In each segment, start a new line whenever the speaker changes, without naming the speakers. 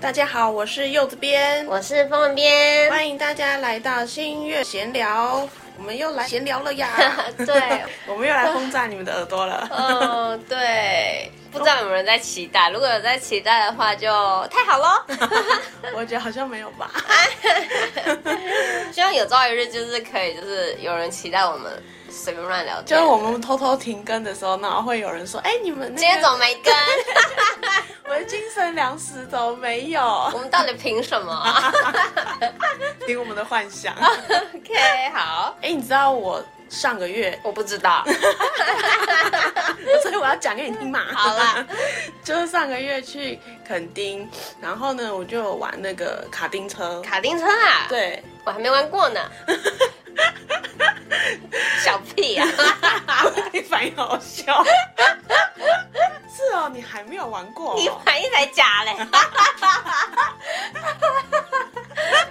大家好，我是柚子编，
我是风文编。
欢迎大家来到新月闲聊，我们又来闲聊了
！
呀哎
对
我们又来轰炸你们的耳朵了。
嗯，对，不知道有没有人在期待？如果有在期待的话就，太好喽！
我觉得好像没有吧。
希望有朝一日就是可以，就是有人期待我们随便乱聊天。
就是我们偷偷停更的时候，然后会有人说：“哎、你们
今天
那个
怎么没跟？
我的精神粮食怎么没有
我们到底凭什 么啊？”
听我们的幻想。
啊？OK，好，
哎、你知道我上个月，
我不知道。
所以我要讲给你听嘛。
好啦，
就是上个月去垦丁，然后呢，我就有玩那个卡丁车。
卡丁车啊，，
对，
我还没玩 过呢。小 屁啊！
你反应好笑。是哦， 你还没有玩过、
你
哦。
反应才假 嘞！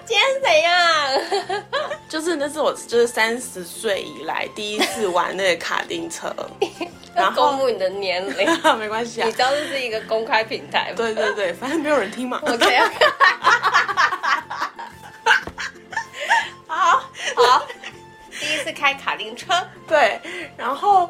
今天怎样？
就是那是我就是三十岁以来第一次玩那个卡丁 车，然
公
后
布你的年 龄，
没关系啊
你知，道这是一个公开平台吗？
对对对，反正没有人 听嘛。
，OK OK，
好，
好。第一次开卡丁车，
对，然后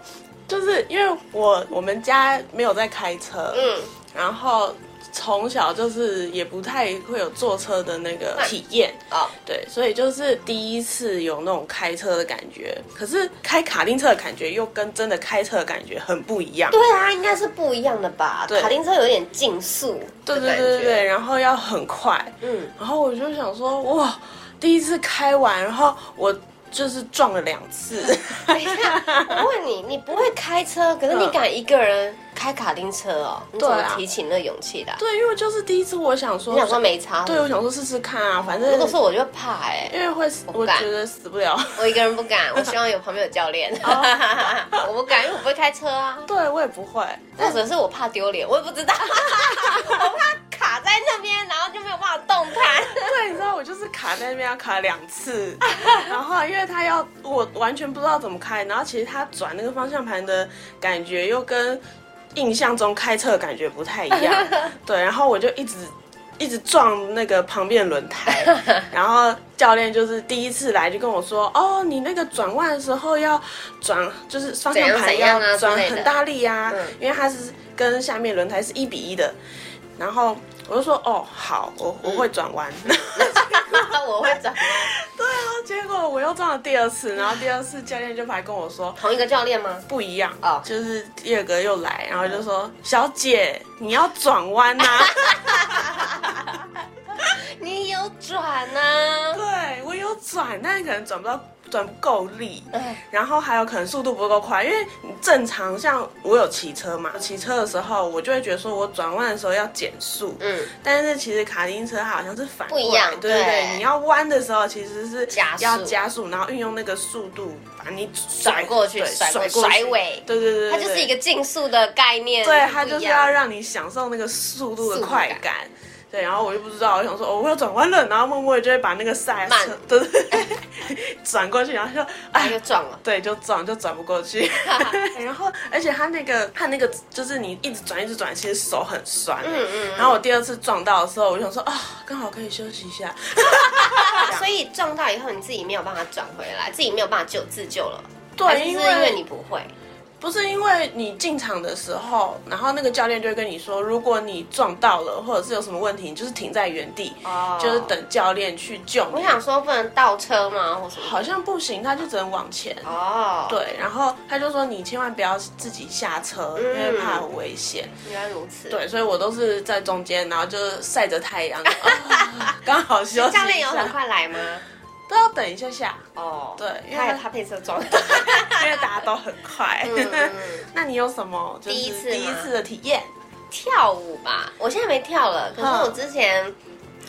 就是因为我我们家没有在开车，
嗯，
然后从小就是也不太会有坐车的那个体验。
哦，
对，所以就是第一次有那种开车的感觉，可是开卡丁车的感觉又跟真的开车的感觉很不一样。
对啊，应该是不一样的吧？
对
卡丁车有点竞速，
对对对对对，，然后要很快，
嗯，
然后我就想说，哇，第一次开完，然后我就是撞了两次，
等一 下，我问你，你不会开车，可是你敢一个人开卡丁车哦？你怎
对
么
啊
提起那勇气的 啊？
对，因为就是第一次，我想说，
你想说没差？
对，我想说试试看啊，反
如果
正
是我就会怕哎、
因为会死，
我不
我
敢
觉得死不了。
我一个人不敢，我希望有旁边有教练。
哦
我不敢，因为我不会开车啊，
对我也不会，
或者是我怕丢脸，我也不知道，我怕卡在那边，然后就没有办法动弹。
对，你知道我就是卡在那边要卡两次，然后因为他要我完全不知道怎么开，然后其实他转那个方向盘的感觉又跟印象中开车的感觉不太一 样，对，然后我就一直。一直撞那个旁边的轮胎，然后教练就是第一次来就跟我说：“哦，你那个转弯的时候要转，就是方向盘
怎
要
样怎样啊
转
之类的
很大力啊，
嗯
因为它是跟下面轮胎是一比一的。”然后我就说：“哦，好，我我会转弯。
嗯我会转弯，
啊结果我又撞了第二次，然后第二次教练就跑来跟我说
同一个教练吗？
不一样
哦
就是第二个又来，然后就说、小姐你要转弯啊呐、
你有转呐、啊？
对我有转，但是可能转不到，转不够力。
哎
然后还有可能速度不够快，因为你正常像我有骑车嘛，骑车的时候我就会觉得说我转弯的时候要减速，
嗯，
但是其实卡丁车它好像是反
不
过
一
来，
样
对对
对
对，你要弯的时候其实是
加速
要加速，然后运用那个速度把你甩
转过去
对
甩过
甩
去
过去
甩尾
对对对，
它就是一个竞速的概念，
对，
不
它就是
一样
要让你享受那个速度
速
的
度
快
感
感。对，然后我就不知道，我想说，哦，我要转弯了，然后默默地就会把那个刹
慢
车，对对对， 转过去，然后就，
然后
哎
就，撞了。
对，就转就转不过 去。 然后，而且它那个它那个就是你一直转一直转，其实手很酸。欸
嗯嗯
然后我第二次撞到的时候，我就想说啊，刚好可以休息一下。
啊所以撞到以后，你自己没有办法转回来，自己没有办法救自救了，还是
对，
是因
因
为
为
你不会。
不是因为你进场的时候，然后那个教练就会跟你说，如果你撞到了或者是有什么问题，你就是停在原地，
哦
就是等教练去救
我
你。
想说不能倒车吗，或什么？
好像不行，他就只能往前。
哦，，
对，然后他就说你千万不要自己下车，因
嗯
为怕很危险。
原来如此。，
对，所以我都是在中间，然后就晒着太 阳，啊刚、好休息一下。
教练有很快来吗？
都要等一下下，
哦，
对因为
他有他配色装。
因为大家都很快。
嗯
那你有什么就是
第一次吗
第一次的体验？
跳舞吧，我现在没跳了，可是
嗯
我之前，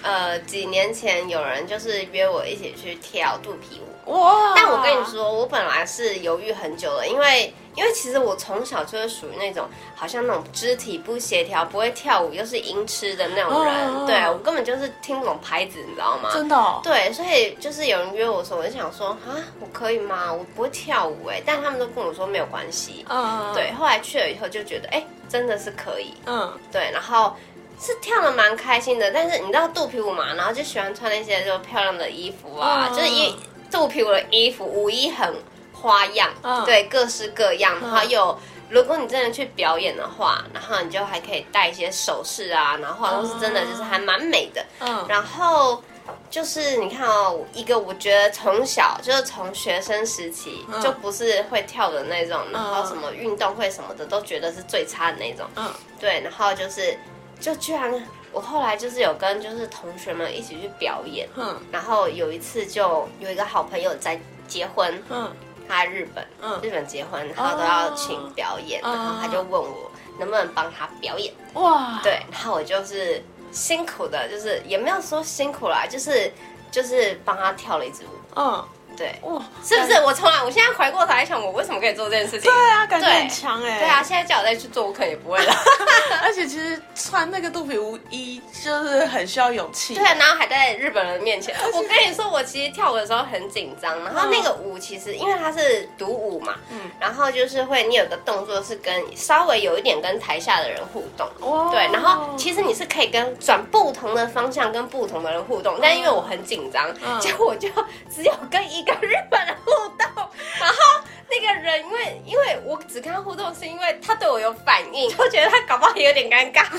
呃，几年前有人就是约我一起去跳肚皮舞。
哇！
但我跟你，说，我本来是犹豫很久的，因为因为其实我从小就是属于那种好像那种肢体不协调、不会跳舞又是音痴的那种人，
哦
对啊我根本就是听不懂拍子，你知道吗？
真的、哦，
对，所以就是有人约我说，我就想说啊，我可以吗？我不会跳舞哎、但他们都跟我说没有关系。
嗯，
对，，后来去了以后就觉得，哎、真的是可以。
嗯，
对，然后是跳的蛮开心的，但是你知道肚皮舞嘛，然后就喜欢穿那些就漂亮的衣服啊，
嗯
就是衣肚皮舞的衣服，舞衣很花样，
嗯
对，各式各样，然后
嗯
有。如果你真的去表演的话，然后你就还可以带一些首饰啊，然后化妆是真的就是还蛮美的。
嗯，
然后就是你看哦，一个我觉得从小就是从学生时期、
嗯
就不是会跳的那种，然后
嗯
什么运动会什么的都觉得是最差的那种。
嗯
对，然后就是就居然我后来就是有跟就是同学们一起去表演，
嗯
然后有一次就有一个好朋友在结婚，
嗯
他在日本，
嗯
日本结婚，然后都要请表演，
哦
然后他就问我能不能帮他表演。
哇，
对，然后我就是辛苦的，就是也没有说辛苦啦，就是就是帮他跳了一支舞。
嗯
对，
哇，
是不是？我从来，我现在回过头来想，我为什么可以做这件事情？
对啊，感觉
对
很强哎、
对啊，，现在叫我再去做，我可能也不会了。
而且其实穿那个肚皮舞衣就是很需要勇气。
对，啊然后还在日本人面 前。我跟你说，我其实跳舞的时候很紧张，然后那个舞其实因为它是独舞嘛，
嗯
然后就是会你有个动作是跟稍微有一点跟台下的人互动。
哇
对，然后其实你是可以跟转不同的方向跟不同的人互动，但因为我很紧张，
嗯
结果我 就只有跟一个日本人互动，然后那个人因为因为我只跟他互动是因为他对我有反应， 就觉得他搞不好也有点尴尬。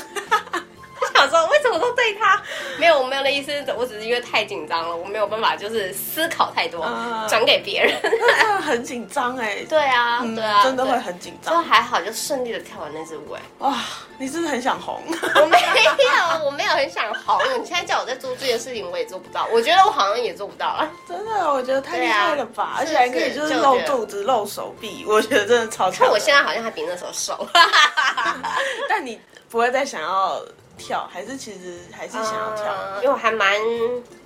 我想说为什么都对他没有我没有的意思，我只是因为太紧张了，我没有办法就是思考太多，
嗯
转给别人。
那真的很紧张哎，
对啊，
嗯
对啊，
真的
对
会很紧
就
张
还好，就顺利的跳完那支舞、哎。
哇！你是不是很想红？
我没有，我没有很想红。你现在叫我在做这件事情，我也做不到。我觉得我好像也做不到 啊。
真的，我觉得太厉害了吧！
对啊
而且还可以就是
是
露
就觉得
肚子、露手臂，我觉得真的超强
看
的。
我现在好像还比那时候瘦。
但你不会再想要跳，还是其实还是 想要跳？
因为我还蛮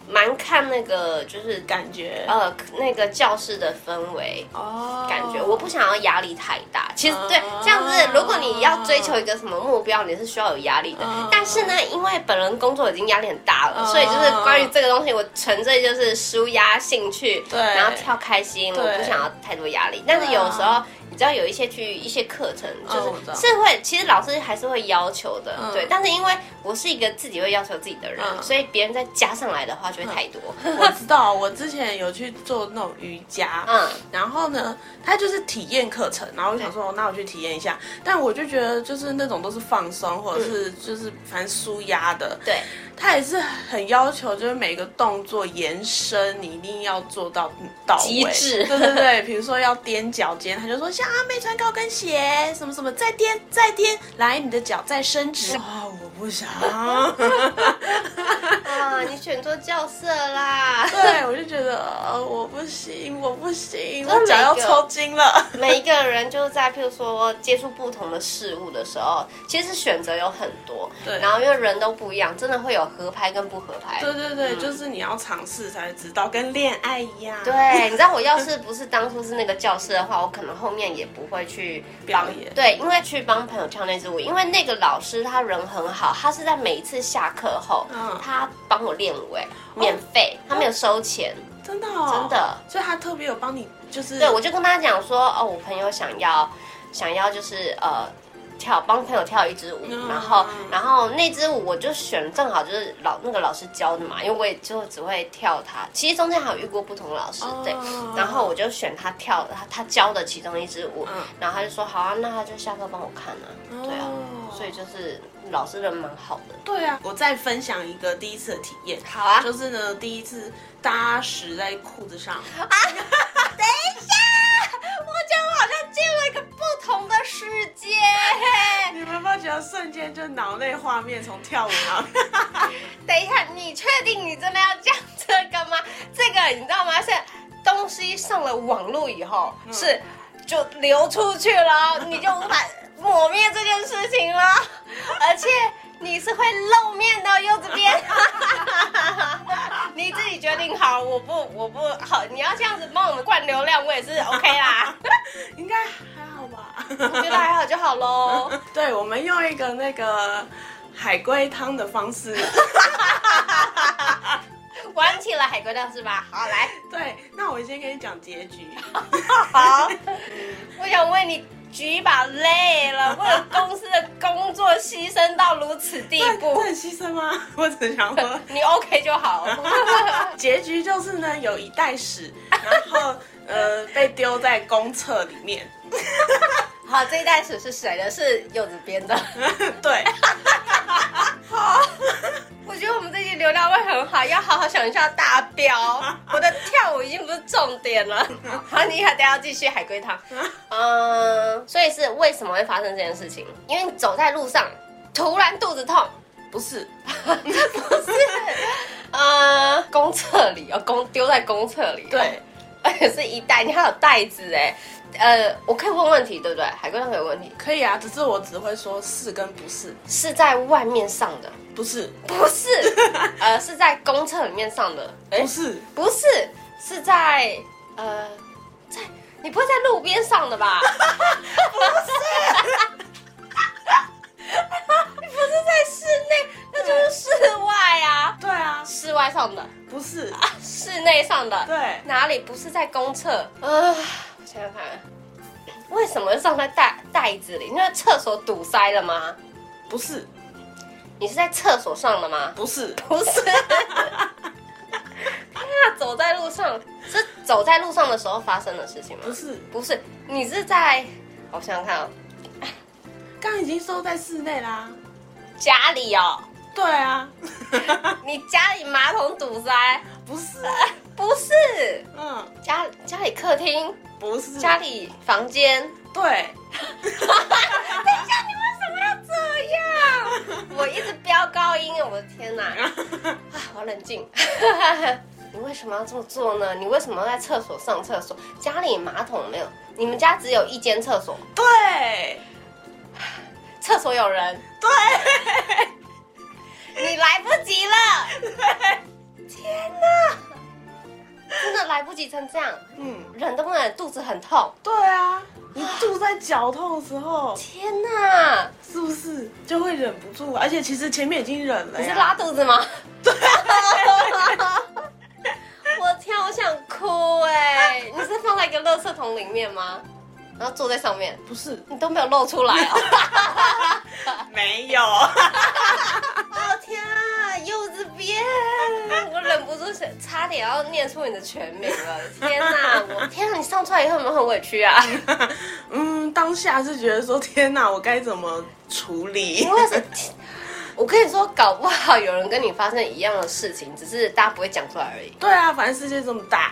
蛮看那个，就是
感觉
呃那个教室的氛围。
哦，
感觉我不想要压力太大，其实
哦
对这样子，如果你要追求一个什么目标，你是需要有压力的
哦。
但是呢，因为本人工作已经压力很大了，
哦
所以就是关于这个东西，我纯粹就是舒压兴趣，
对
然后跳开心，我
对
不想要太多压力。但是有时候。你知道有一些去一些课程，
哦我知
就
道
是是会，其实老师还是会要求的，
嗯
对。但是因为我是一个自己会要求自己的人，
嗯
所以别人再加上来的话就会太多。
我知道，我之前有去做那种瑜伽，
嗯，
然后呢，它就是体验课程，然后我想说，哦那我去体验一下。但我就觉得，就是那种都是放松，或者是就是反正舒压的，
对，
它也是很要求，就是每个动作延伸，你一定要做到到位。
极致
对对对，比如说要踮脚尖，他就说像阿妹穿高跟鞋，什么什么，再踮再踮，来你的脚再伸直。啊、我不想。
啊，你选错角色啦。
对，我就觉得呃，我不行，我不行，
真的
我脚要
每个
抽筋 了。
每一个人就是在譬如说接触不同的事物的时候，其实选择有很多，
对
然后因为人都不一样，真的会有合拍跟不合拍。
对对对，就是你要尝试才知道，跟恋爱一样。
对，你知道我要是不是当初是那个教师的话，我可能后面也不会去帮
表演
对，因为去帮朋友跳那支舞，因为那个老师他人很好，他是在每一次下课后，
嗯哦
他帮我练舞，哎，免费，他没有收钱。
真的、哦，
真的。
所以他特别有帮你，就是
对，我就跟他讲说，哦，我朋友想要想要就是呃跳帮朋友跳一支舞，
嗯
然后然后那支舞我就选正好就是老那个老师教的嘛，因为我也就只会跳他，其实中间还有遇过不同的老师，对
哦，
然后我就选他跳他他教的其中一支舞，
嗯
然后他就说好啊，那他就下课帮我看啊，对啊，
哦
所以就是老师人蛮好的，
对啊。我再分享一个第一次的体验，
好啊，
就是呢，第一次搭屎在裤子上，
啊 我觉得我好像进入一个不同的世界。
你们有没有觉得瞬间就脑内画面从跳舞然后
等一下，你确定你真的要讲这个吗？ 这个你知道吗？是东西上了网络以后，是就流出去了，你就无法抹灭这件事情了， 而且你是会露面的柚子边， 你自己决定好，我不我不好，你要这样子帮我们灌流量，我也是 OK 啦，
应该还好吧？
我觉得还好就好喽。
对，我们用一个那个海龟汤的方 式，
玩起了海龟汤是吧？好来，
对。那我先跟你讲结局，
好，我想问你举一把累了，为了公司的工作牺牲到如此地
那
步
这，很牺牲吗？ 我只想说，
你 OK 就好。
结局就是呢，有一袋屎，然后呃被丢在公厕里面。
好，这一袋屎是谁的？是柚子编的。
对，
我觉得我们这集流量会很好，要好好想一下大标。我的跳舞已经不是重点了。好，你还得要继续海龟汤。嗯，所以是为什么会发生这件事情？因为你走在路上，突然肚子痛，
不是，
不是？呃，公厕里哦，公丢在公厕里。
对，
而且 是一袋，你还有袋子哎。呃，我可以问问题对不对？海龟汤可以问问题，
可以啊，只是我只会说是跟不是，
是在外面上的，
不 是，
不是？ 呃，是在公厕里面上的，哎
不是，
不是，是在呃，在你不会在路边上的吧？不 是，你不是在室内，那就是室外啊，
对啊，
室外上的，
不是，
室内上的，
对，
哪里不是在公厕？呃，我想想看，为什么上在袋袋子里？因为厕所堵塞了吗？
不是，
你是在厕所上的吗？
不是，
不 是。那走在路上是走在路上的时候发生的事情吗？
不是，
不是，你是在我想想看哦，
刚刚已经说在室内啦。
家里哦，
对啊，
你家里马桶堵塞？啊
不是，
不是，
嗯，
家家里客厅、
不是，
家里房间。
对，
等一下，你为什么要这样？ 我一直飙高音啊！我的天哪！啊，我要冷静。 你为什么要这么做呢？你为什么要在厕所上厕所？家里马桶没有，你们家只有一间厕所，
对，
厕所有人，
对，
你来不及了。天哪！真的来不及成这样，
嗯，
忍都不能忍，肚子很痛。
对啊，你住在脚痛的时候，
天哪！
是不是就会忍不住？而且其实前面已经忍了
你是
呀，
拉肚子吗？ 我天，我想哭哎、你是放在一个垃圾桶里面吗？然后坐在上面，
不是，
你都没有露出来哦。
没有，
哦天啊，柚子边，我忍不住想，差点要念出你的全名了。天哪、我天啊，你上出来以后有没有很委屈 啊？
嗯，当下是觉得说天哪，我该怎么处理
因？为是，我跟你说，搞不好有人跟你发生一样的事情，只是大家不会讲出来而已。
对啊，反正世界这么大，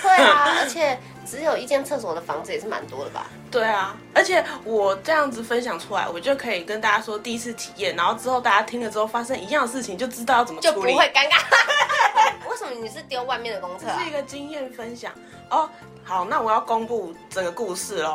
对啊，而且只有一间厕所的房子也是蛮多的吧？
对啊，而且我这样子分享出来，我就可以跟大家说第一次体验，然后之后大家听了之后发生一样的事情，就知道要怎么
就不
处理。
会尴尬。 为什么你是丢外面的公厕、
这
啊
是？一个经验分享哦。好，那我要公布整个故事 喽。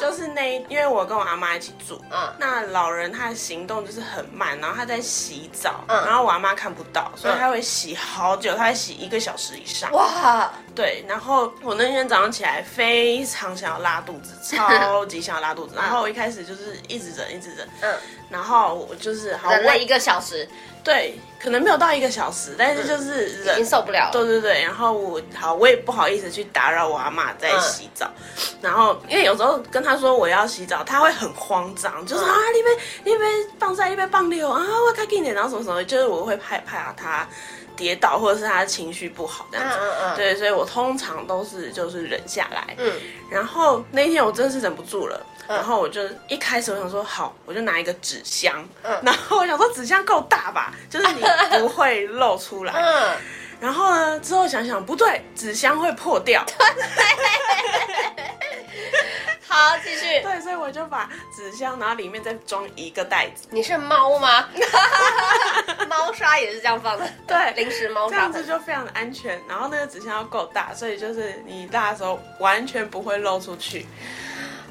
就是那一，因为我跟我阿妈一起住，
嗯
那老人他的行动就是很慢，然后他在洗澡，
嗯
然后我阿妈看不到，所以
嗯
他会洗好久，他会洗一个小时以上。
哇，
对，然后我那天早上起来非常想要拉肚 子，超级想要拉肚子，然后我一开始就是一直忍，一直忍，
嗯，
然后我就是好
忍
我
了一个小时，
对，可能没有到一个小时，但是就是
嗯已
忍
经受不了
对
了。
对对，然后我好，我也不好意思去打扰我阿妈在洗澡，
嗯
然后因为有时候跟她说我要洗澡，她会很慌张，
嗯
就是、啊，你被你被放晒，你被放溜啊，我赶紧点，然后什么什么，就是我会害怕她跌倒或者是她情绪不好这样子。
嗯嗯嗯
对，所以我通常都是就是忍下来，
嗯，
然后那天我真的是忍不住了，然后我就一开始我想说好，我就拿一个纸箱，然后我想说纸箱够大吧，就是你不会露出来，
嗯，
然后呢，之后想想不对，纸箱会破掉。
好，继续。
对，所以我就把纸箱，然后里面再装一个袋子，
你是猫吗？ 猫砂也是这样放的，
对
零食猫
这
砂
样子
盆。
就非常的安全。然后那个纸箱要够大，所以就是你大的时候完全不会漏出去。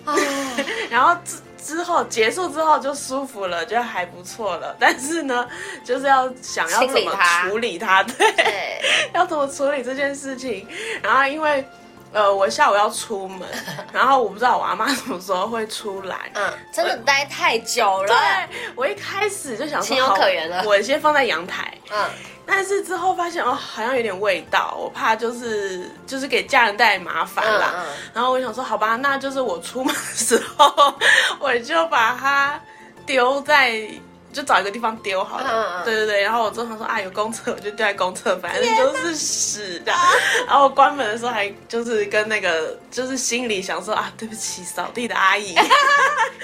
啊
然后之之后结束之后就舒服了，就还不错了。但是呢，就是要想要
清
怎
理
么
它
处理它，对，
对，
要怎么处理这件事情。然后因为呃，我下午要出门，然后我不知道我阿妈什么时候会出来。
嗯，真的待太久
对
了，，
我一开始就想说
情有
好
可原了
我先放在阳台。
嗯，
但是之后发现哦，好像有点味道，我怕就是就是给家人带来麻烦啦。
嗯嗯
然后我想说，好吧，那就是我出门的时候，我就把它丢在。就找一个地方丢好了，
嗯嗯
对对对，然后我之后想说啊，有公厕我就丢在公厕，反正就是屎的。然后我关门的时候还就是跟那个就是心里想说啊，对不起扫地的阿 姨，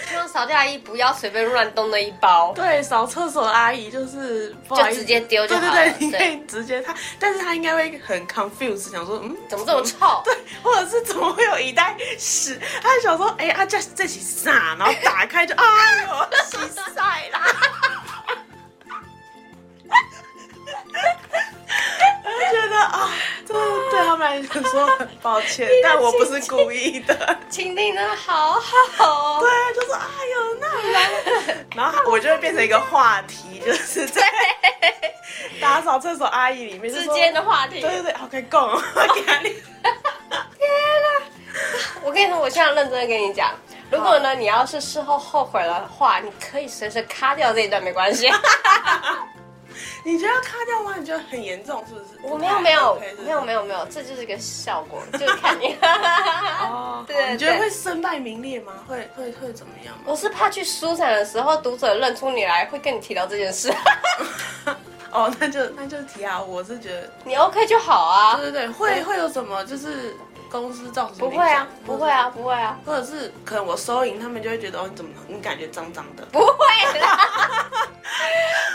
希望扫地阿姨不要随便乱动那一包，
对扫厕所的阿姨就是不好意
就
思
直接丢就
对
好
对
了。
对，你可以直接他，但是他应该会很 confused，想说嗯，
怎么这么臭？
对，或者是怎么会有一袋屎？他想说，哎、啊，这这起啥？然后打开就啊，有洗晒啦。我就觉得啊，真的对他们来说很抱 歉，但我不是故意的。
情定真的好好
对
哦，，
就说哎呦，那来，然后我就会变成一个话题，就是在打扫厕所阿姨里面就
之
说
间的话题。
对对对，OK，够，给你。
我跟你说，我现在认真的跟你讲，如果呢你要是事后后悔的话，你可以随时卡掉这一段，没关 系。
你觉得卡掉吗？你觉得很严重是不是？
我没有没 有没有
有。
没有没有，这就是一个效果，就是看你。
哦，
对对
你觉得会身败名裂吗？会会会怎么样吗？
我是怕去舒展的时候，读者认出你来，会跟你提到这件 事。
哦，那就那就提啊，我是觉得，
你 OK 就好 啊，
对对对，会会有什么就是公司造成
不会啊，
影响
不会，啊，不会啊，
或者是或者是可能我收银，他们就会觉得哦，你怎么你感觉脏脏的？
不 会啦。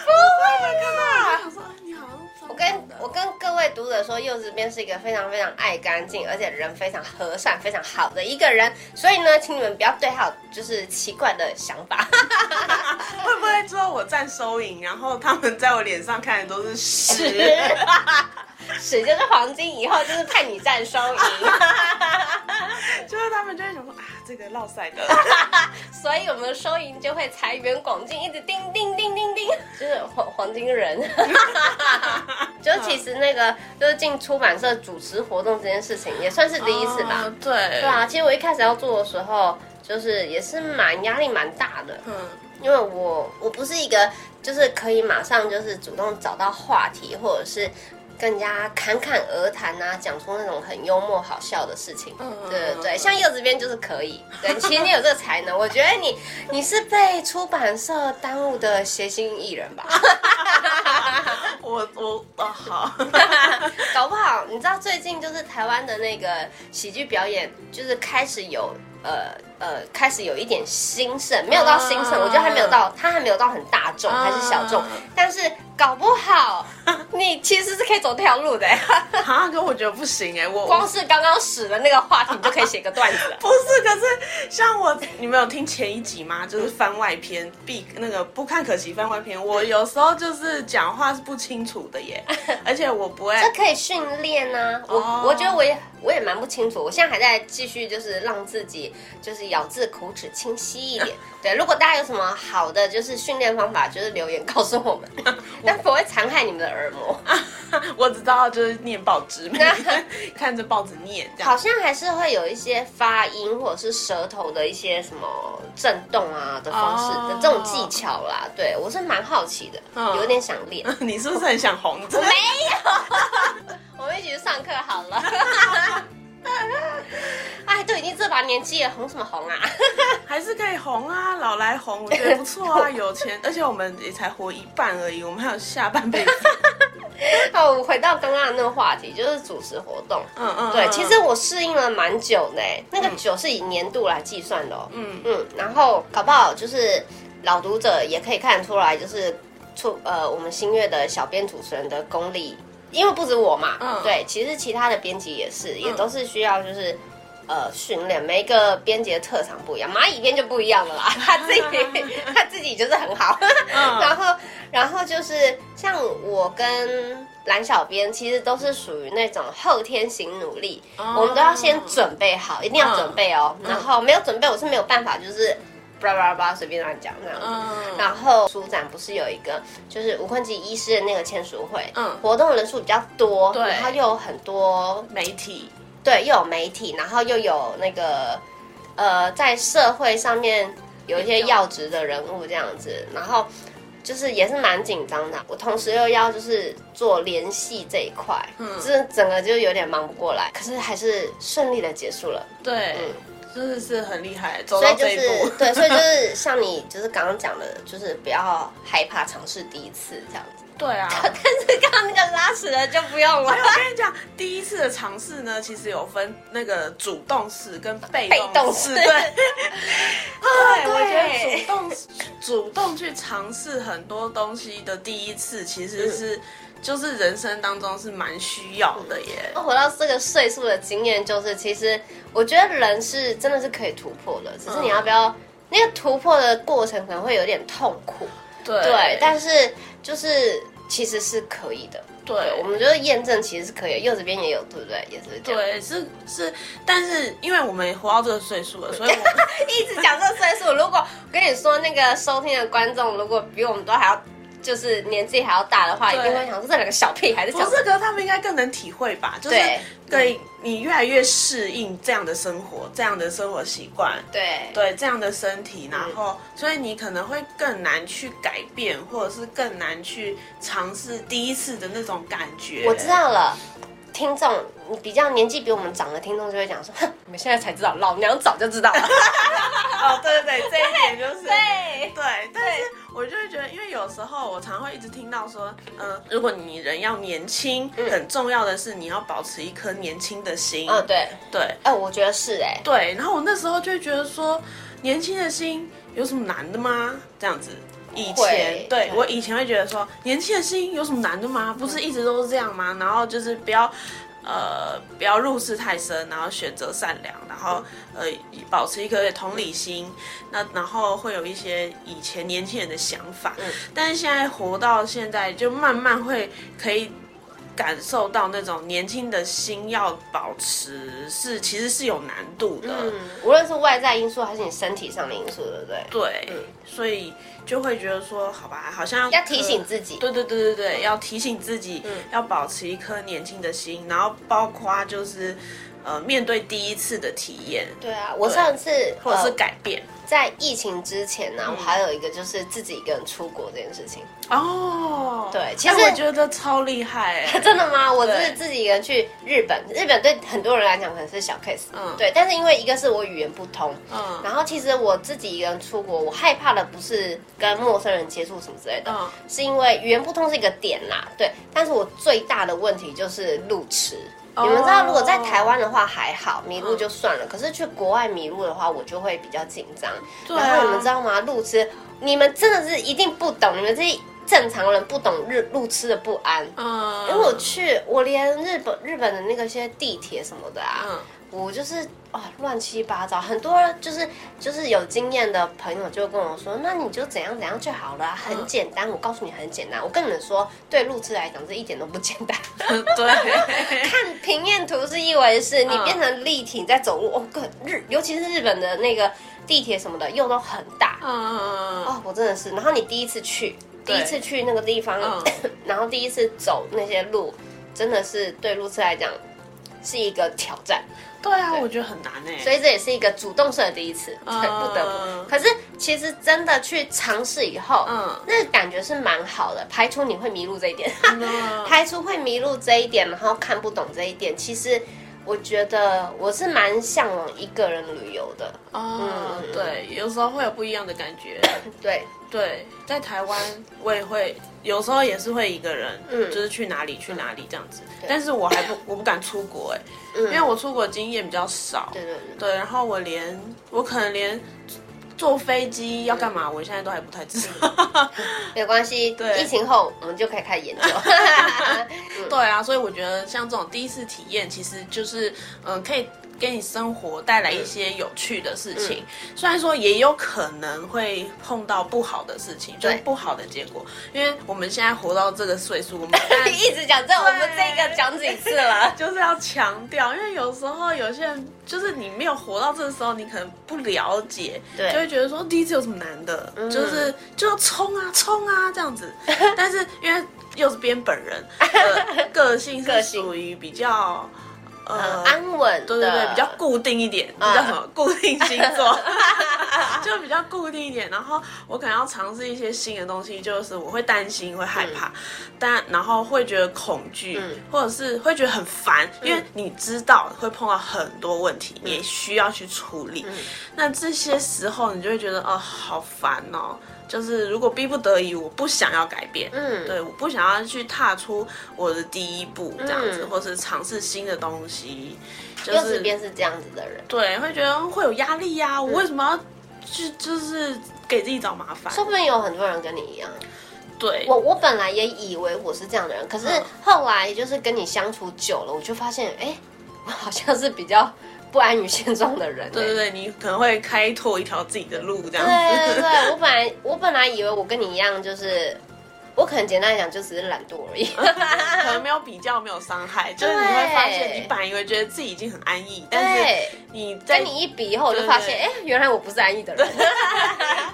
不会啊，我想说你好像脏
我跟
脏的
我跟各位读者说，柚子边是一个非常非常爱干净，而且人非常和善、非常好的一个人。所以呢，请你们不要对他有就是奇怪的想法。
会不会说我站收银，然后他们在我脸上看的都是屎？
屎就是黄金，以后就是派你站收银。
就是他们就会想说啊，这个落塞的。
所以我们的收银就会财源广进，一直叮叮叮叮叮，就是黄黄金人。 就其实那个就是进出版社主持活动这件事情，也算是 第一次吧。
哦对，对
对啊，其实我一开始要做的时候，就是也是蛮压力蛮大的，
嗯，
因为我我不是一个就是可以马上就是主动找到话题，或者是跟人家侃侃而谈啊，讲出那种很幽默好笑的事情。
嗯
对对对，像柚子边就是可以。对，其实你有这个才能，我觉得你你是被出版社耽误的谐星艺人吧？
我我哦好，
搞不好你知道最近就是台湾的那个喜剧表演，就是开始有呃呃开始有一点兴盛，没有到兴盛，
啊
我觉得还没有到，它还没有到很大众，
啊
还是小众，但是搞不好 你其实是可以走这条路的、欸
哈，可我觉得不行哎、我
光是刚刚使的那个话题，你就可以写个段子了。
不是，可是像我，你们有听前一集吗？就是番外篇，必那个不看可惜番外篇，我有时候就是讲话是不清楚的耶，而且我不会。
这可以训练呢、我、
哦
我觉得我也我也蛮不清楚，我现在还在继续就是让自己就是咬字口齿清晰一 点。对，如果大家有什么好的就是训练方法，就是留言告诉我们， 但不会残害你们的耳膜。
我只知道就是念报纸，每天看着报纸念这样。
好像还是会有一些发音或者是舌头的一些什么震动啊的方式的、
哦
这种技巧啦。对我是蛮好奇的，
嗯
有点想 练。
你是不是很想红？真的
我们一起去上课好了。 哎，都已经这把年纪了，红什么红啊？
还是可以红啊，老来红，我觉得不错啊，有钱，而且我们也才活一半而已，我们还有下半辈子。
哦，我回到刚刚的那个话题，就是主持活动。
嗯嗯，
对，
嗯
其实我适应了蛮久的欸，那个久是以年度来计算的、哦。嗯
嗯
嗯，然后搞不好就是老读者也可以看得出来，就是出呃我们新月的小编主持人的功力，因为不止我嘛，
嗯
对，其实其他的编辑也是，也都是需要就是。呃，训练每一个编辑的特长不一样，蚂蚁编就不一样了啦， 他 自己他自己就是很好，
嗯
然后，然后就是像我跟蓝小编，其实都是属于那种后天型努力，
哦
我们都要先准备好，一定要
嗯
准备哦。然后没有准备，我是没有办法，就是叭叭叭随便乱讲这样子。
嗯
然后书展不是有一个就是吴坤吉医师的那个签书会，
嗯
活动人数比较多，
对
然后又有很多
媒体
对，又有媒体，然后又有那个呃，在社会上面有一些要职的人物这样子，然后就是也是蛮紧张的。我同时又要就是做联系这一块，嗯，这整个就有点忙不过来，可是还是顺利的结束了。
对，真的是很厉害，走
嗯
到
所以就
这一步。
是 对，所以就是像你就是刚刚讲的，就是不要害怕尝试第一次这样 子。
对啊。
但是刚刚那个拉屎的就不用了
没有，。我跟你讲，第一次的尝试呢，其实有分那个主动式跟被
被动
式。
式
对，啊，
对
我觉得主动主动去尝试很多东西的第一次，其实是、
嗯
就是人生当中是蛮需要的耶。
我活到这个岁数的经验就是，其实我觉得人是真的是可以突破的，只是你要不要、
嗯
那个突破的过程可能会有点痛苦，
对
对，但是就是其实是可以的。对，
对。
我们就是验证其实是可以的，柚子边也有，对不对？也是这样。
对，是是，但是因为我们也活到这个岁数了， 所以我们
一直讲这个岁数，如果我跟你说那个收听的观众，如果比我们都还要就是年纪还要大的话，一
对
定会想说这两个小屁孩在
不
讲什
是，
么。
可是他们应该更能体会吧？就是
对
对你越来越适应这样的生活，这样的生活习惯，
对嗯
对这样的身体，然后、所以你可能会更难去改变，或者是更难去尝试第一次的那种感觉。
我知，道了，听众，你比较年纪比我们长的听众就会讲说，哼，你们现在才知道，老娘早就知道了。
哦，对对对，这一点就是
对，
对，但是我就会觉得，因为有时候我常会一直听到说，嗯、如果你人要年轻，很重要的是你要保持一颗年轻的心。
嗯，对，
对
哎、我觉得是哎、
对，然后我那时候就会觉得说，年轻的心有什么难的吗？这样子。以前
会
对
对
我以前会觉得说，年轻的心有什么难的吗？不是一直都是这样吗？然后就是不要，呃，不要入世太深，然后选择善良，然后呃，保持一颗同理心。那然后会有一些以前年轻人的想法，但是现在活到现在，就慢慢会可以感受到那种年轻的心要保持是其实是有难度的，
嗯，无论是外在因素还是你身体上的因素，对不对？
对，所以就会觉得说，好吧，好像
嗯要提醒自己嗯
对对对对对，要提醒自己，要保持一颗年轻的心，然后包括就是呃面对第一次的体验
对啊，我上次
或者是
呃
改变
在疫情之前呢、我还有一个就是自己一个人出国这件事情。
哦，
呃对其
哎
实
我觉得超厉害、哎
真的吗？我
对
是自己一个人去日本，日本对很多人来讲可能是小 case，
嗯
对。但是因为一个是我语言不通，
嗯
然后其实我自己一个人出国，我害怕的不是跟陌生人接触什么之类的，
嗯
是因为语言不通是一个点啦，对。但是我最大的问题就是路痴。
哦嗯
你们知道，如果在台湾的话还好，迷路就算了。可是去国外迷路的话，我就会比较紧张。
对啊
然后你们知道吗？路痴，你们真的是一定不懂，你们这些正常人不懂日路痴的不安。
嗯，
因为我去，我连日本日本的那个些地铁什么的啊，
嗯
我就是啊乱七八糟，很多就是就是有经验的朋友就跟我说，那你就怎样怎样就好了啊，很简单。我告诉你很简单，我跟你们说，对路痴来讲这一点都不简 单。
对，
看平面图是一回事，你
嗯
变成立体在走路，哦，个日尤其是日本的那个地铁什么的又都很大，
嗯，
哦，我真的是。然后你第一次去，第
对
一次去那个地方，
嗯
然后第一次走那些路，真的是对路痴来讲是一个挑战，
对啊，我觉得很难哎、
所以这也是一个主动式的第一次，
嗯
对，不得不。可是其实真的去尝试以后，
嗯
那感觉是蛮好的，排除你会迷路这一 点，
嗯
排除会迷路这一点，然后看不懂这一点，其实。我觉得我是蛮向往一个人旅游的，
哦，
嗯
对，有时候会有不一样的感觉。
对，
对，在台湾我也会，有时候也是会一个人，
嗯
就是去哪里去哪里这样子。但是我还不，我不敢出国哎、
嗯，
因为我出国经验比较少。
对对对，
对，然后我连我可能连坐飞机要干嘛，我现在都还不太知道。
没关系，
对
疫情后我们就可以开始研究。
对啊，所以我觉得像这种第一次体验，其实就是嗯、呃可以给你生活带来一些有趣的事情。虽然说也有可能会碰到不好的事情，就是
对
不好的结果，因为我们现在活到这个岁数，我们当 然
一直讲这，我们这个讲几次 了？
就是要强调，因为有时候有些人就是你没有活到这个时候，你可能不了解，
对嗯
就会觉得说第一次有什么难的，就是就要冲啊冲啊这样 子。但是因为又是边本人的呃个性
个
是
性
属于比较。呃
呃安稳的，
对对对，比较固定一点，
嗯
比较什么固定星 座， 就比较固定一点。然后我可能要尝试一些新的东西，就是我会担心，会害怕，但然后会觉得恐惧，
嗯
或者是会觉得很烦，因为你知道会碰到很多问题，
嗯
你也需要去处理。那这些时候你就会觉得，哦、好烦哦。就是如果逼不得已，我不想要改变，
嗯
对，我不想要去踏出我的第一步，这样子，
嗯
或是尝试新的东西，就
又是
是
便是这样子的人，
对，会觉得会有压力呀、
嗯
我为什么要去就是给自己找麻烦？
说不定有很多人跟你一样。
对，
我我本来也以为我是这样的人，可是
嗯
后来就是跟你相处久了，我就发现，哎、我好像是比较不安于现状的人、
对对对，你可能会开拓一条自己的路，这样
对对
子。
对，我本来我本来以为我跟你一样，就是我可能简单来讲就只是懒惰而已。
可能没有比较，没有伤害，就是你会发现，你本来以为觉得自己已经很安逸， 但是
对，
你在
跟你一比以后，我就发现，哎、原来我不是安逸 的人。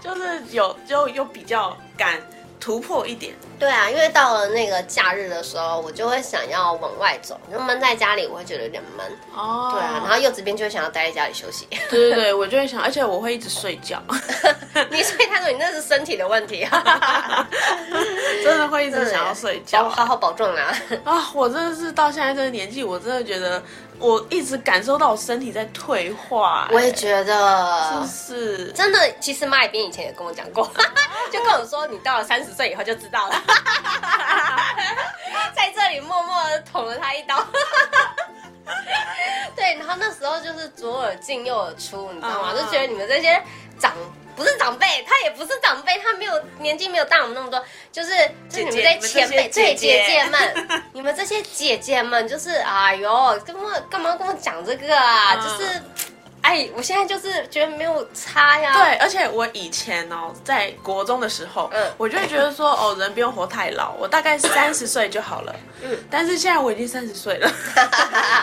就是有就又比较敢突破一点，
对啊，因为到了那个假日的时候，我就会想要往外走，就闷在家里，我会觉得有点闷。
哦，
对 啊，然后柚子边就会想要待在家里休息。
对对对，我就会想，而且我会一直睡觉，
你所以他说你那是身体的问题啊，
真的会一直想要睡觉
好好保重啊。
啊！我真的是到现在这个年纪，我真的觉得我一直感受到我身体在退化、
我也
欸
觉
就
得。
是
真的，其实妈也边以前也跟我讲 过，就跟我说你到了三十岁以后就知道 了，在这里默默的捅了他一刀。 对，然后那时候就是左耳进右耳出，你知道吗？
嗯
就觉得你们这些长不是长辈，他也不是长辈，他没有年纪没有大我们那么多，就是就是你们这些前辈，
姐姐
对姐
你
姐
们
们，你们这些姐姐们就是哎呦，干嘛干嘛跟我讲这个啊？
嗯
就是。哎，我现在就是觉得没有差呀。
对，而且我以前哦，在国中的时候，
嗯
我就会觉得说，哦，人不用活太老，我大概三十岁就好了。嗯
嗯，
但是现在我已经三十岁 了，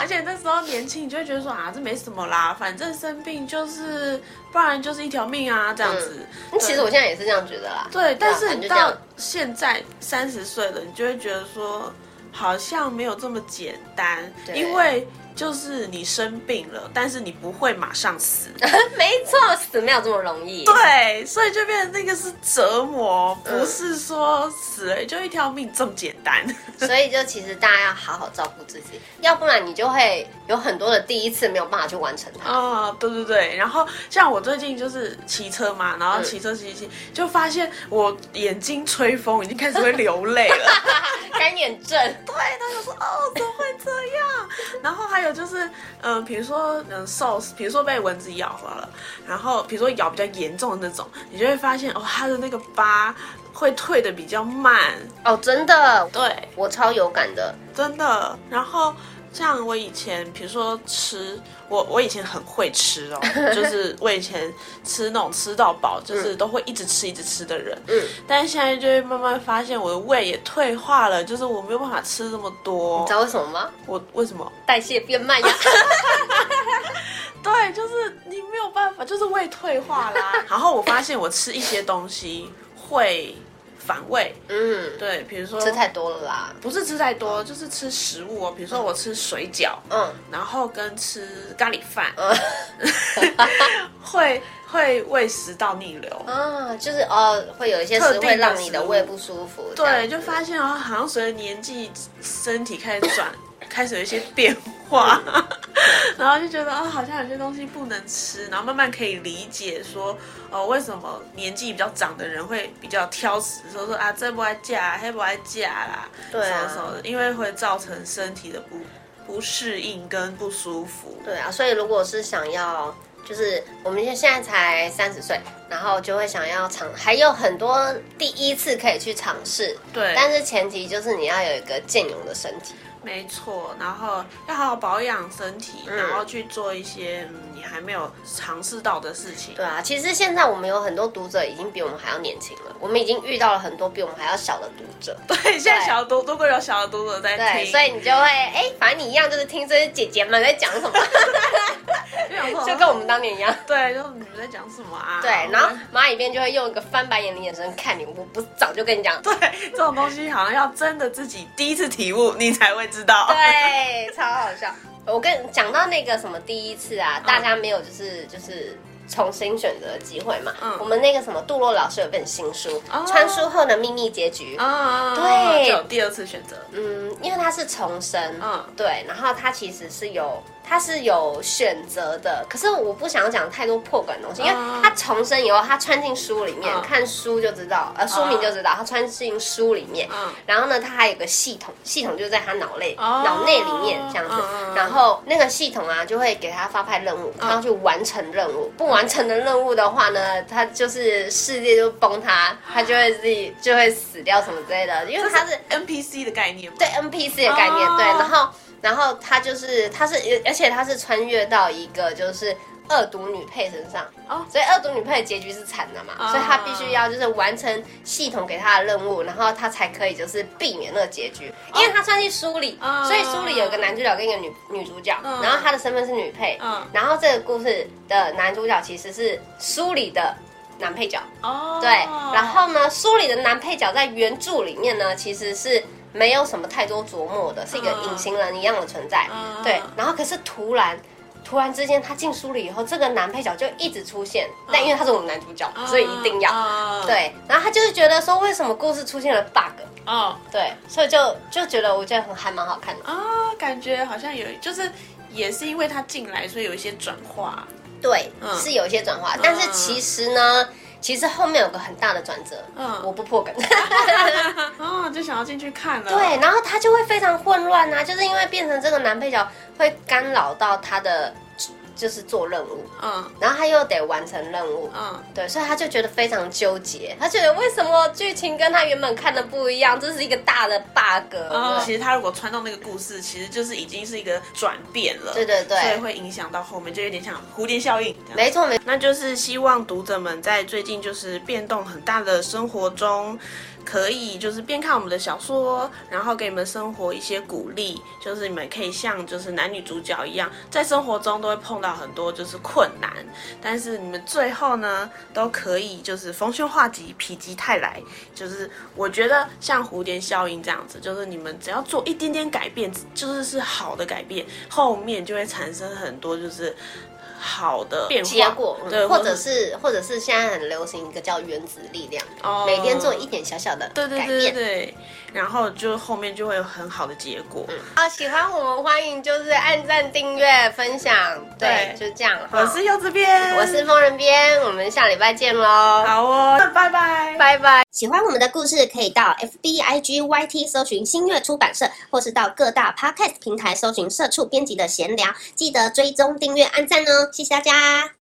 而且那时候年轻，你就会觉得说啊，这没什么啦，反正生病就是，不然就是一条命啊，这样子。
嗯那其实
对
我现在也是这样觉得啦。
对，但是
反正
你
啊就这样
到现在三十岁了，你就会觉得说，好像没有这么简单，
对
因为就是你生病了，但是你不会马上 死。
没错，死没有这么容易。
对，所以就变成那个是折磨，不是说死了就一条命这么简 单。
所以就其实大家要好好照顾自己，要不然你就会有很多的第一次没有办法去完成它。
啊、对对对。然后像我最近就是骑车嘛，然后骑车骑骑，就发现我眼睛吹风已经开始会流泪了。
啊干眼症，
对，他就说哦，怎么会这样？ 然后还有就是，嗯、比如说嗯受，比如说被蚊子咬好了，然后比如说咬比较严重的那种，你就会发现哦，它的那个疤会退的比较慢。
哦，真的，
对。
我超有感的。
真的。然后像我以前，比如说吃，我我以前很会吃哦， 就是我以前吃那种吃到饱，就是都会一直吃一直吃的人。
嗯，
但是现在就会慢慢发现我的胃也退化了，就是我没有办法吃这么多
你知。道为什么吗？
我为什么？
代谢变慢呀。
对，就是你没有办法，就是胃退化 啦。然后我发现我吃一些东西会反胃，
嗯，
对，比如说
吃太多了啦。
不是吃太多，就是吃食物哦，比如说我吃水饺，
嗯，
然后跟吃咖喱饭， 会会胃食道逆流。
啊，就是哦，会有一些
特
食
定的
会让你的
食物
胃不舒服。这样
对，就发现哦，好像随着年纪，身体开始转， 开始有一些变化， 然后就觉得哦，好像有些东西不能吃，然后慢慢可以理解说，哦，为什么年纪比较长的人会比较挑食，说说啊，这不爱嫁，那不爱嫁啦，
对啊
什么什么的，因为会造成身体的不不适应跟不舒服。
对啊，所以如果是想要，就是我们现在才三十岁，然后就会想要尝，还有很多第一次可以去尝试，
对，
但是前提就是你要有一个健勇的身体。
没错，然后要好好保养身体，
嗯
然后去做一些、嗯你还没有尝试到的事情。
对啊，其实现在我们有很多读者已经比我们还要年轻了，我们已经遇到了很多比我们还要小的读者，
对，现在小读如果有小读者在
对，
听，
所以你就会哎、反正你一样就是听这些姐姐们在讲什么，
就想说
就跟我们当年一样。
对，就是你们在讲什么啊？
对，然后蚂蚁边就会用一个翻白眼的眼神看你，我不是早就跟你讲，对，
对这种东西好像要真的自己第一次体悟，你才会知道。
对，超好笑。我跟你讲到那个什么第一次
嗯
啊，大家没有就是就是重新选择的机会嘛。
嗯
我们那个什么杜洛老师有本新书
哦
《川书鹤的秘密结局》。
啊，
对
就有第二次选择。
嗯，因为它是重生，
嗯
对，然后它其实是有，它是有选择的。可是我不想讲太多破梗的东西，因为
嗯
它重生以后，它穿进书里面，
嗯
看书就知道，呃，书名就知道，它穿进书里面。
嗯
然后呢，它还有个系统，系统就在他脑内、
哦
脑内里面这样子。
嗯嗯
然后那个系统啊，就会给他发派任务，他要去完成任务。不完成的任务的话呢，他就是世界就崩塌，他就会自己就会死掉什么之类的，因为他是
NPC 的概念吗？
对 NPC 的概念，
哦
对，然后然后他就是他是而且他是穿越到一个就是恶毒女配身上，
哦
所以恶毒女配的结局是惨的嘛，
哦
所以他必须要就是完成系统给他的任务，然后他才可以就是避免那个结局，因为他算是书里，
哦
所以书里有个男主角跟一个女女主角，
嗯
然后他的身份是女配，
嗯
然后这个故事的男主角其实是书里的男配角。
哦，
对，然后呢，书里的男配角在原著里面呢，其实是没有什么太多琢磨的，是一个
嗯
隐形人一样的存在。
嗯
对，然后可是突然。突然之间，他进书里以后，这个男配角就一直出现，
啊
但因为他是我们男主角，所以一定
嗯
要、
要，
对。然后他就是觉得说，为什么故事出现了 bug？
哦
对，所以就就觉得我觉得很还蛮好看的。
啊，感觉好像有，就是也是因为他进来，所以有一些转化。
对，
嗯
是有一些转化，但是其实呢，其实后面有个很大的转折，
嗯
我不破梗。
哦，就想要进去看了。
对，，然后他就会非常混乱啊，就是因为变成这个男配角会干扰到他的就是做任务，
嗯
然后他又得完成任务，
嗯，
对，所以他就觉得非常纠结，他觉得为什么剧情跟他原本看的不一样，这是一个大的 bug，、
嗯其
对
实他如果穿到那个故事，其实就是已经是一个转变了。
对对对
所以会影响到后面，就有点像蝴蝶效应这样。
没错没错，
那就是希望读者们在最近就是变动很大的生活中，可以就是边看我们的小说，然后给你们生活一些鼓励，就是你们可以像就是男女主角一样，在生活中都会碰到很多就是困难，但是你们最后呢都可以就是逢凶化吉，否极泰来。就是我觉得像蝴蝶效应这样子，就是你们只要做一点点改变，就是是好的改变，后面就会产生很多就是。好的变化
结果、嗯
对，
或者是或者是现在很流行一个叫原子力量，
哦
每天做一点小小的改
对
变。
对对对对，然后就后面就会有很好的结果。
好，喜欢我们欢迎就是按赞、订阅、分享，对，
对
就这样。
我
哈
是柚子边，
我是疯人编，我们下礼拜见喽，
好哦，那拜拜。
拜拜。
喜欢我们的故事，可以到 FB、IG、YT 搜寻新月出版社，或是到各大 Podcast 平台搜寻社畜编辑的闲聊，记得追踪、订阅、按赞哦，谢谢大家。